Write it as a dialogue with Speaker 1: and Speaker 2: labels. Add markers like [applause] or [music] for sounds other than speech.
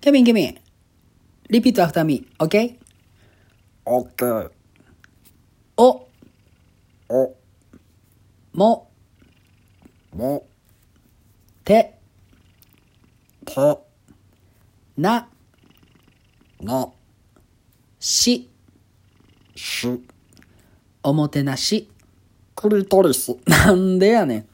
Speaker 1: Kevin, give me. Repeat after me, okay?
Speaker 2: OK
Speaker 1: お、
Speaker 2: お
Speaker 1: も、
Speaker 2: も
Speaker 1: て、
Speaker 2: て
Speaker 1: な、
Speaker 2: な
Speaker 1: し、
Speaker 2: し
Speaker 1: おもてなし。
Speaker 2: クリトリス
Speaker 1: [laughs] なんでやねん。